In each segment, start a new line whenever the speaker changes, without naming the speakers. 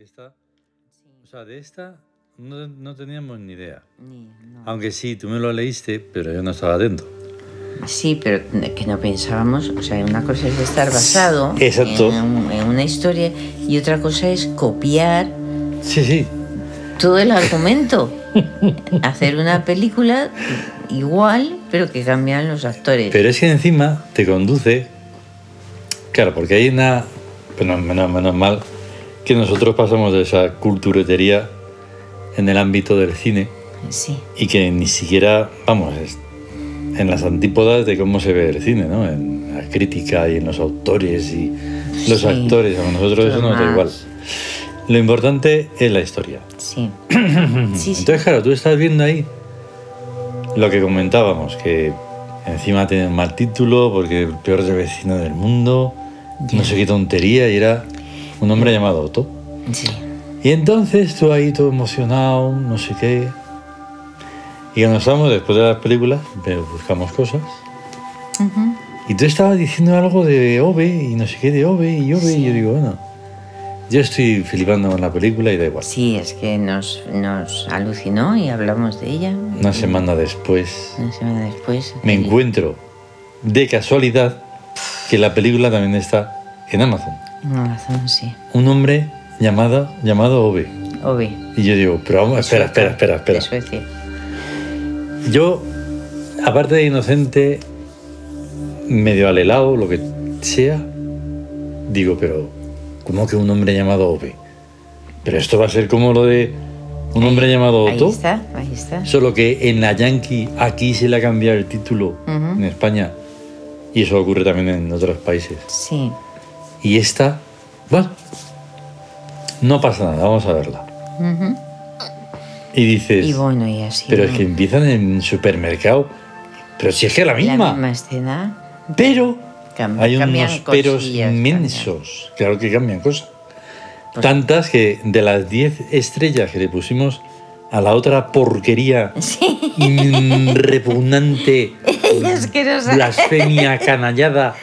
Esta,
Sí,
o sea, de esta no, no teníamos ni idea.
ni- no.
Aunque sí, tú me lo leíste, pero yo no estaba atento.
Sí, pero que no pensábamos, o sea, una cosa es estar basado
Exacto.
En, un- en una historia y otra cosa es copiar
Sí, sí.
todo el argumento. Hacer una película igual, pero que cambian los actores.
Pero es que encima te conduce. Claro, porque hay una. Bueno, menos, menos mal que nosotros pasamos de esa culturetería en el ámbito del cine
Sí,
y que ni siquiera. Vamos, es en las antípodas de cómo se ve el cine, ¿no? En la crítica y en los autores y los
Sí.
actores. A nosotros eso nos da
Más.
igual. Lo importante es la historia.
sí. sí, sí.
Entonces, claro, tú estás viendo ahí lo que comentábamos, que encima tiene un mal título porque el peor de vecino del mundo, no sé qué tontería, y era un hombre llamado Otto.
sí.
Y entonces tú ahí todo emocionado, no sé qué. Y cuando estábamos después de las películas, eh, buscamos cosas.
Ujú.
Y tú estabas diciendo algo de Ove y no sé qué de Ove y Ove, y yo digo, bueno, yo estoy flipando con la película y da igual.
Sí, es que nos, nos alucinó y hablamos de ella.
Una semana después,
Una semana después.
me
el-
encuentro de casualidad que la película también está en Amazon.
en Amazon, sí.
Un hombre llamado, llamado Ove.
Obi.
Y yo digo, pero vamos, espera, espera, espera, espera.
De Suecia.
Yo, aparte de inocente, medio alelado, lo que sea, digo, pero ¿cómo que un hombre llamado Ove? Pero esto va a ser como lo de un hombre llamado
Ahí
Otto.
está, ahí está.
Solo que en la Yankee aquí se le ha cambiado el título
Ujú.
en España. Y eso ocurre también en otros países.
Sí,
Y esta, bueno, no pasa nada, vamos a verla.
Ujú.
Y dices,
Y bueno, y así.
pero
¿no?
es que empiezan en supermercado, pero si es que es la
la
misma.
misma escena.
Pero
Cam-
hay
cambian
unos peros
cosillas, Pues
inmensos. Claro que cambian cosas. Tantas que de las 10 estrellas que le pusimos a la otra porquería
Sí,
in- repugnante,
asquerosa.
blasfemia, canallada,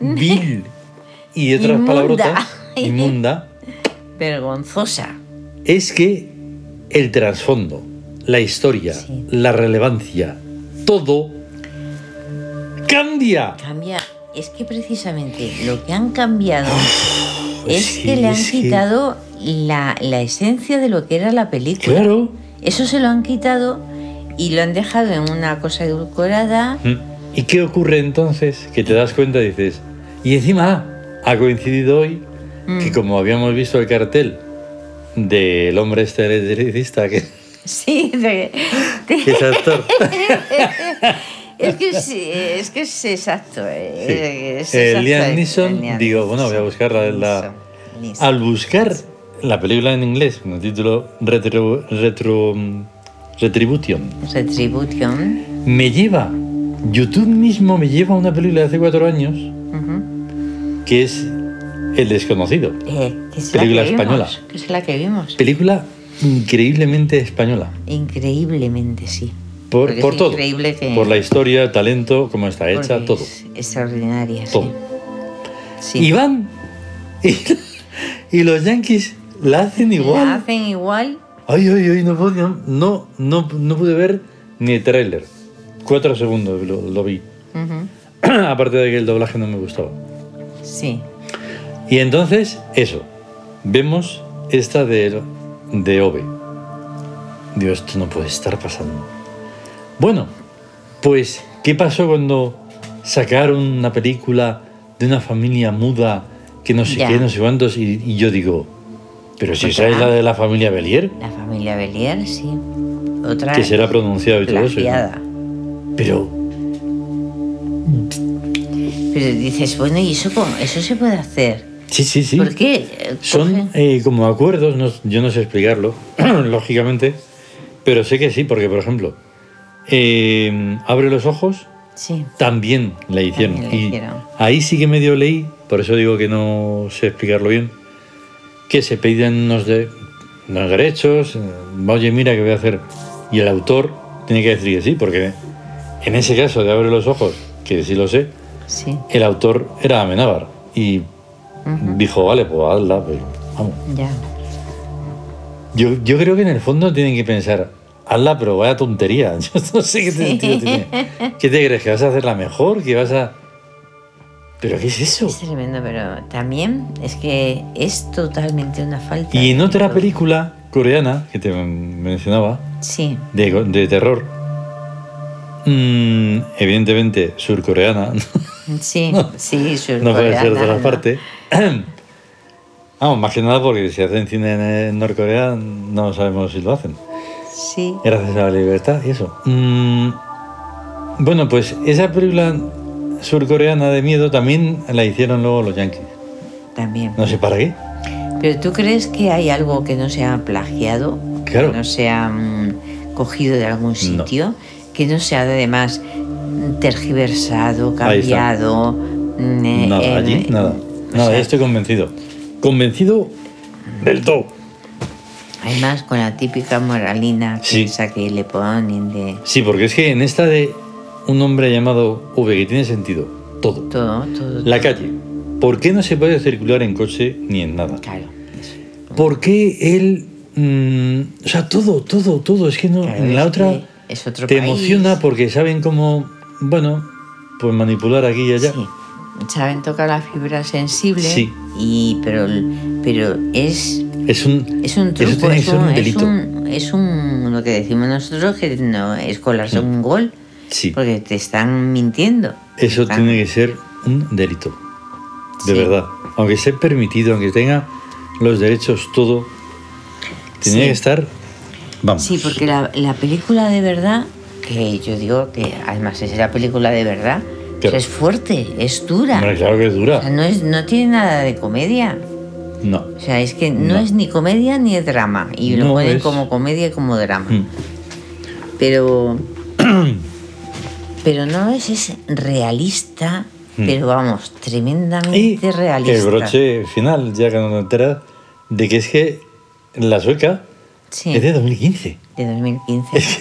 vil y otras
Inmunda.
palabrotas, inmunda,
vergonzosa.
es que el trasfondo, la historia,
Sí.
la relevancia, todo cambia.
Cambia. Es que precisamente lo que han cambiado es
Ah, pues sí,
que le han
es que-
quitado la, la esencia de lo que era la película.
Claro.
Eso se lo han quitado y lo han dejado en una cosa edulcorada.
Mm. ¿Y qué ocurre entonces? Que te das cuenta y dices, y encima ah, ha coincidido hoy que como habíamos visto el cartel del hombre este electricista que,
Sí, de- de-
que es actor.
es, que sí, es que es exacto.
Sí.
eh, es
Eh,
exacto,
Liam
eh,
Neeson,
Liam
digo, bueno, voy a
Neeson,
buscar la- la-
Neeson, Neeson.
Al buscar la película en inglés con el título Retro, Retro- Retribution,
Retribution.
me lleva, YouTube mismo me lleva a una película de hace cuatro años
ujú.
que es El desconocido.
Eh, que es la
Película
que vimos,
española.
que es la que vimos.
Película increíblemente española.
Increíblemente, sí.
Por,
Porque
por
es
todo.
increíble que-
Por la historia, el talento, cómo está hecha,
porque
todo.
es Extraordinaria, sí.
Todo.
sí.
Y van. Y, y los yankees la hacen igual.
La hacen igual.
Ay, ay, ay, no, podía- no, no, no pude ver ni el tráiler. Cuatro segundos lo, lo vi.
ujú,
Aparte de que el doblaje no me gustaba.
Sí.
Y entonces, eso. Vemos esta de, de Ove. Dios, esto no puede estar pasando. Bueno, pues, ¿qué pasó cuando sacaron una película de una familia muda que no sé
Ya.
qué, no sé cuántos? Y, y yo digo, pero si
Pues
esa es la
claro.
de la familia Belier,
La familia Belier, sí. Otra.
que será pronunciado y todo eso. ¿no?
plagiada.
Pero,
Pero dices, bueno, ¿y eso cómo? ¿Eso se puede hacer?
sí, sí, sí.
¿Por qué? eh,
Son
cogen-
eh, como acuerdos, no- yo no sé explicarlo, lógicamente, pero sé que sí, porque por ejemplo, eh, Abre los ojos
Sí,
también la hicieron.
También la
y
hicieron.
ahí sí que medio leí, por eso digo que no sé explicarlo bien, que se pedían unos, de, unos derechos, eh, oye, mira que voy a hacer. Y el autor tiene que decir que sí, porque en ese caso de Abre los ojos, que sí lo sé,
sí,
el autor era Amenábar y dijo, vale, pues hazla, pero pues, vamos.
ya.
Yo, yo creo que en el fondo tienen que pensar, hazla, pero vaya tontería. Yo no sé qué sentido tiene. ¿Qué te crees? ¿Que vas a hacerla mejor? ¿Que vas a...? ¿Pero qué es eso?
Es tremendo, pero también es que es totalmente una falta.
Y en
de
otra
todo.
película coreana que te mencionaba,
Sí,
de, de terror, mm, evidentemente surcoreana,
sí, sí,
no puede ser de
surcoreana,
otra
¿no?
parte. Vamos, más que nada porque si hacen cine en Norcorea no sabemos si lo hacen.
Sí,
Gracias a la libertad y eso. Mm, bueno, pues esa película surcoreana de miedo también la hicieron luego los yankees.
también.
No sé para qué.
Pero ¿tú crees que hay algo que no se ha plagiado?
Claro.
Que no se ha mm, cogido de algún sitio, que no se ha además mm, tergiversado,
Ahí está.
cambiado. mm, eh,
Nada,
em,
allí nada.
o
Nada,
sea,
ya estoy convencido. Convencido del todo.
Además, con la típica moralina que
Sí.
esa que le ponen de
Sí, porque es que en esta de un hombre llamado V, que tiene sentido, todo.
todo, todo.
La calle. ¿Por qué no se puede circular en coche ni en nada?
Claro, eso.
¿Por qué él... mm, o sea, todo, todo, todo. Es que no,
Claro,
en la
es
otra
que es otro
te
país.
emociona porque saben cómo, bueno, pues manipular aquí y allá.
Sí. Saben tocar la fibra sensible,
Sí.
y, pero, pero es
Es un...
Es un
Eso
truco,
tiene que
es
ser
un,
un
es,
delito.
un, es un- lo que decimos nosotros que no es colarse un gol,
Sí,
porque te están mintiendo.
eso
Están-
tiene que ser un delito. De
Sí.
verdad. Aunque sea permitido, aunque tenga los derechos, todo. Tiene
Sí.
que estar. Vamos.
Sí, porque la, la película de verdad, que yo digo que además es la película de verdad, o sea,
Claro.
es fuerte, es dura.
Hombre, claro que es
O sea,
dura.
no, es, no tiene nada de comedia.
No.
O sea, es que no,
No.
es ni comedia ni es drama. Y lo
No
ponen
es-
como comedia y como drama.
Mm.
Pero. pero no es, es realista,
Hmm.
pero vamos,
Y
tremendamente realista.
el broche final, ya que no te enteras, de que es que la sueca
Sí,
es de
de...
2015,
2015.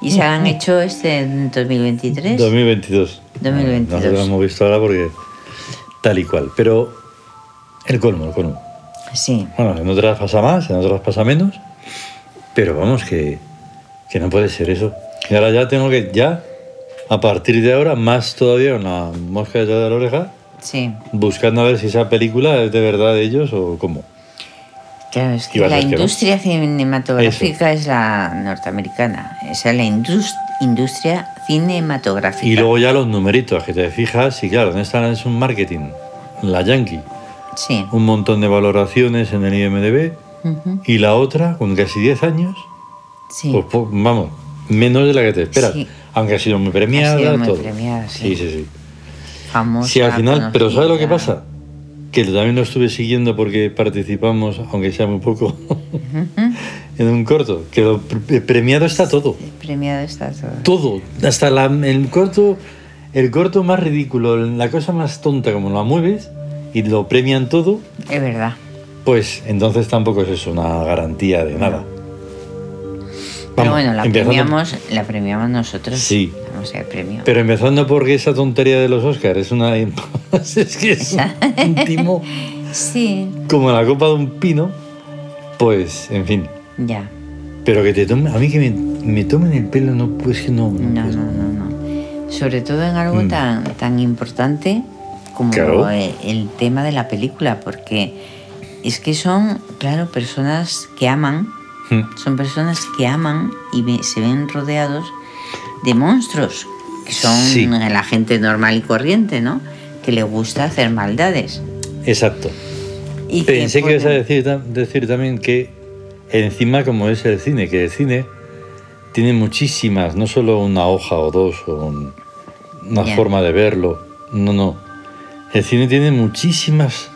y se han hecho este en 2023.
2022.
2022.
Nosotros lo hemos visto ahora porque tal y cual. Pero el colmo, el colmo.
Sí,
Bueno, en otras pasa más, en otras pasa menos. Pero vamos, que, que no puede ser eso. Y ahora ya tengo que, ya, a partir de ahora, más todavía una mosca detrás de la oreja,
sí.
buscando a ver si esa película es de verdad de ellos o cómo.
Claro, es que
Iba a
la
decir que no.
industria cinematográfica es la norteamericana. Esa es la indus- industria cinematográfica.
Y luego ya los numeritos, que te fijas, y claro, en esta es un marketing, la Yankee,
Sí.
un montón de valoraciones en el IMDB,
Ujú.
y la otra, con casi 10 años,
Sí.
pues, po- vamos, menos de la que te esperas,
Sí.
aunque ha sido muy premiada.
muy
todo.
premiada,
sí,
sí.
sí. sí.
famosa.
Sí, al final, pero ¿sabes lo que
conocida.
pasa? Que también lo estuve siguiendo porque participamos, aunque sea muy poco, en un corto. Que lo pre- premiado está todo.
Premiado está todo.
Todo. Hasta la- el corto el corto más ridículo, la cosa más tonta como la mueves y lo premian todo,
Es verdad.
pues entonces tampoco es eso una garantía de nada.
pero
Vamos,
bueno, la
empezando-
premiamos, la premiamos nosotros.
Sí.
Vamos a premio.
Pero empezando porque esa tontería de los Oscars es una... es que es un timo
Sí,
como la copa de un pino, pues, en fin.
ya.
Pero que te tomen, a mí que me, me tomen el pelo, no, pues que no.
No,
puedo.
no, no, no. Sobre todo en algo
Mm.
tan, tan importante como
Claro.
e- el tema de la película, porque es que son, claro, personas que aman,
Mm.
son personas que aman y ve- se ven rodeados de monstruos, que son
Sí.
la gente normal y corriente, ¿no? Que le gusta hacer maldades.
Exacto.
Y
Pensé que ibas a
pueden-
decir, ta- decir también que encima como es el cine, que el cine tiene muchísimas, no solo una hoja o dos o un- una
Ya.
forma de verlo, no, no. El cine tiene muchísimas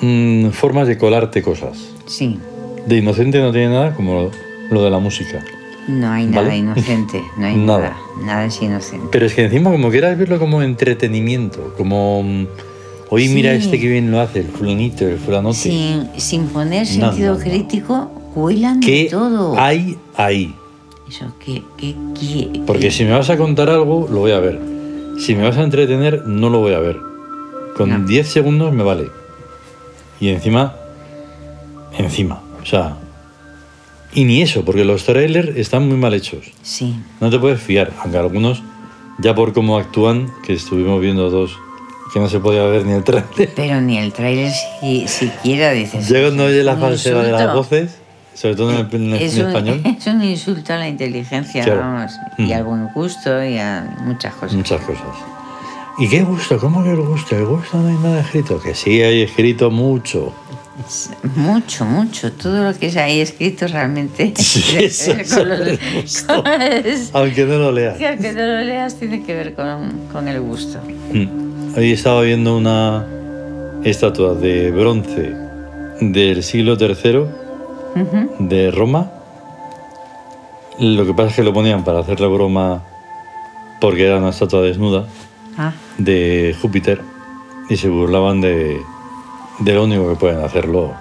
mm, formas de colarte cosas.
Sí,
De inocente no tiene nada como lo de la música.
no hay nada
¿Vale?
inocente, no hay
Nada.
nada. nada, es inocente.
Pero es que encima como quieras verlo como entretenimiento, como mm, oye mira
Sí.
este que bien lo hace, el fulanito, el fulanote.
Sin, sin poner
No,
sentido
no, no.
crítico, cuelan de
¿Qué
todo.
hay ahí?
Eso, que, que, que-
Porque si me vas a contar algo, lo voy a ver. Si me vas a entretener, no lo voy a ver.
No.
Con 10 segundos me vale. Y encima, encima, o sea, Y ni eso, porque los trailers están muy mal hechos.
Sí.
No te puedes fiar, aunque algunos, ya por cómo actúan, que estuvimos viendo dos, que no se podía ver ni el trailer.
Pero ni el trailer si- siquiera dices.
Ya cuando oyes la
un
falsedad de las
insulto.
voces, sobre todo en, el- en el-
Es
en
un,
español,
es un insulto a la inteligencia,
Claro.
vamos, y
Mm.
al buen gusto y a muchas cosas.
muchas cosas. ¿Y qué gusto? ¿Cómo que el gusto? El gusto no hay nada escrito. Que sí hay escrito mucho.
Mucho, mucho. Todo lo que es ahí escrito realmente.
Sí,
tiene
eso
que ver
es
con los-
el gusto.
con es-
Aunque no lo leas.
que aunque no lo leas, tiene que ver con, con el gusto.
Mm. Hoy estaba viendo una estatua de bronce del siglo III
Ujú.
de Roma. Lo que pasa es que lo ponían para hacer la broma porque era una estatua desnuda
Ah,
de Júpiter y se burlaban de, de lo único que pueden hacerlo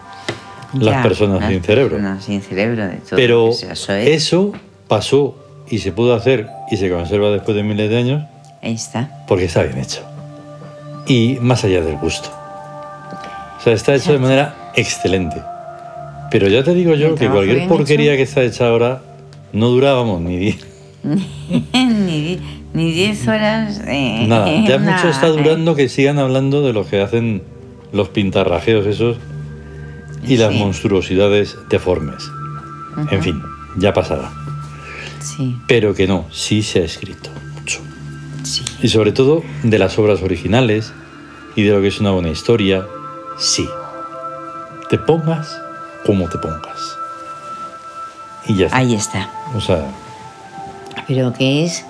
las
ya,
personas
las
sin cerebro.
personas sin cerebro, de todo.
Pero
o sea, eso ¿eh? es.
eso pasó y se pudo hacer y se conserva después de miles de años
Ahí está.
porque está bien hecho. Y más allá del gusto. O sea, está hecho de manera excelente. Pero ya te digo
¿El
yo que
trabajo
cualquier
bien hecho?
porquería que está hecha ahora no durábamos ni 10.
ni, di- ni 10 horas. eh,
Nada.
en
Ya
una-
mucho está durando que sigan hablando de los que hacen los pintarrajeos esos y las
Sí.
monstruosidades deformes. En fin, ya pasará.
Sí,
Pero que no, sí se ha escrito mucho.
sí.
Y sobre todo de las obras originales y de lo que es una buena historia, sí. Te pongas como te pongas. Y ya está.
Ahí está.
O sea,
Pero que es,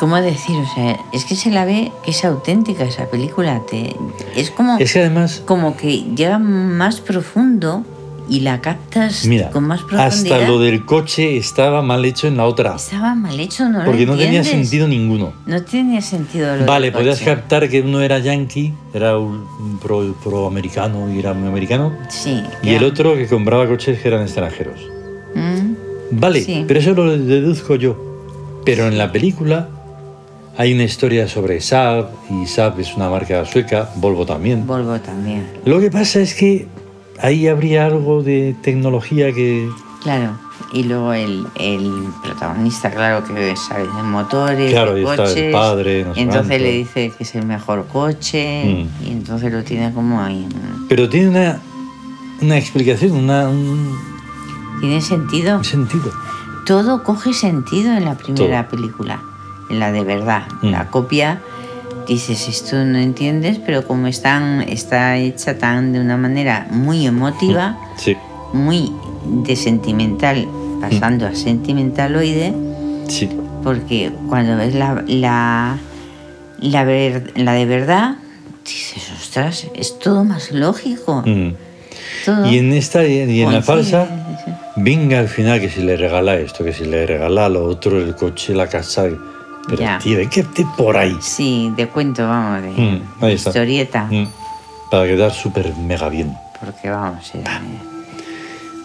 ¿cómo decir? O sea, es que se la ve que es auténtica esa película. Te, es como,
es que además,
como que llega más profundo y la captas
mira,
con más profundidad.
hasta lo del coche estaba mal hecho en la otra.
Estaba mal hecho, no lo
Porque no tenía
entiendes.
sentido ninguno.
No tenía sentido lo
Vale,
del
podías
coche.
captar que uno era yankee, era un pro- pro-americano y era muy americano,
Sí.
y
ya.
el otro que compraba coches que eran extranjeros.
Mm,
Vale,
Sí.
pero eso lo deduzco yo. Pero en la película hay una historia sobre Saab, y Saab es una marca sueca, Volvo también.
Volvo también.
Lo que pasa es que ahí habría algo de tecnología que...
Claro. Y luego el, el protagonista, claro, que sabe de motores,
Claro,
de
ahí está el
coches.
padre, no sé
y entonces
cuánto.
le dice que es el mejor coche.
Mm.
Y entonces lo tiene como ahí. mm,
Pero tiene una, una explicación, una- un
Tiene sentido.
sentido.
Todo coge sentido en la primera película, en la de verdad.
Mm.
La copia, dices, esto no entiendes, pero como están, está hecha tan de una manera muy emotiva,
Sí,
muy de sentimental, pasando a sentimentaloide,
sí.
porque cuando ves la, la, la, ver- la de verdad, dices, ostras, es todo más lógico.
Mm.
todo
Y en esta y en la
coincide".
falsa... Venga al final que si le regala esto, que si le regala lo otro, el coche, la casa. Pero
Ya.
tío, hay que irte por ahí.
Sí, de cuento, vamos, de
Mm, ahí está.
historieta.
Mm, Para quedar súper mega bien.
Porque vamos, eh,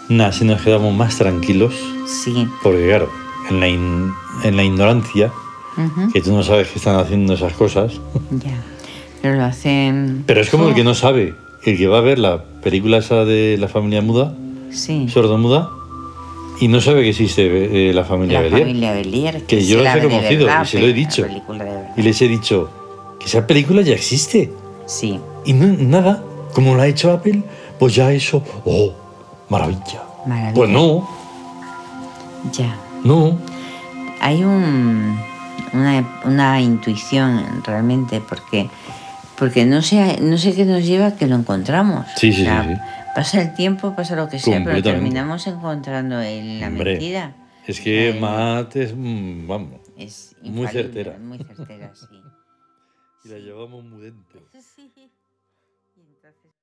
Nada, así nos quedamos más tranquilos.
sí.
Porque claro, en la, in- en la ignorancia,
Ujú,
que tú no sabes que están haciendo esas cosas.
Ya. Pero lo hacen.
Pero es como el que
Oh,
no sabe. El que va a ver la película esa de la familia muda,
Sí.
sordomuda, y no sabe que existe eh, la familia
La
Belier.
familia Belier.
Que yo los
se la
he
ve de
conocido,
verdad,
y se lo he
pero la
dicho.
película de verdad.
Y les he dicho que esa película ya existe.
Sí.
Y no- nada, como lo ha hecho Apple, pues ya eso, oh, maravilla.
Maravilla.
Pues no,
Ya.
no.
Hay un, una, una intuición realmente, porque, porque no, sé, no sé qué nos lleva que lo encontramos.
Sí, sí, sí, sí.
Pasa el tiempo, pasa lo que sea, pero
Completamente.
terminamos encontrando el- la
Hombre.
mentira.
Es que
Eh,
Matt es, mm, vamos,
Es
Muy
infalible,
certera.
Muy certera, sí.
y la llevamos muy dentro.
Sí, sí. Y entonces-